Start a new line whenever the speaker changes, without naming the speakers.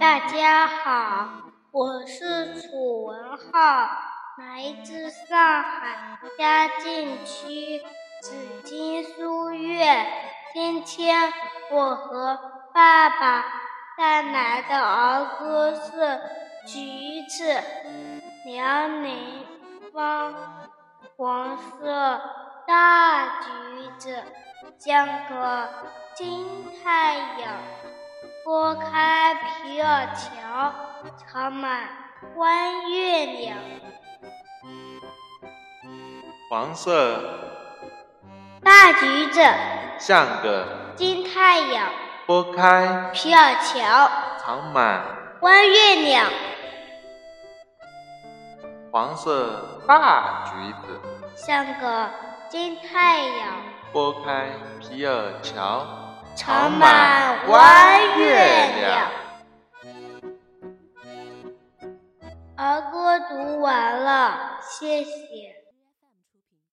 大家好，我是楚文浩，来自上海嘉靖区紫金书院。今天我和爸爸带来的儿歌是《橘子》，辽宁方黄色大橘子，像个金太阳。拨开皮尔桥，长满弯月亮。
黄色
大橘子
像个
金太阳，
拨开
皮尔桥
长满
弯月亮。
黄色大橘子，
像个金太阳，
拨开皮尔桥。
长满弯月亮。儿歌读完了，谢谢。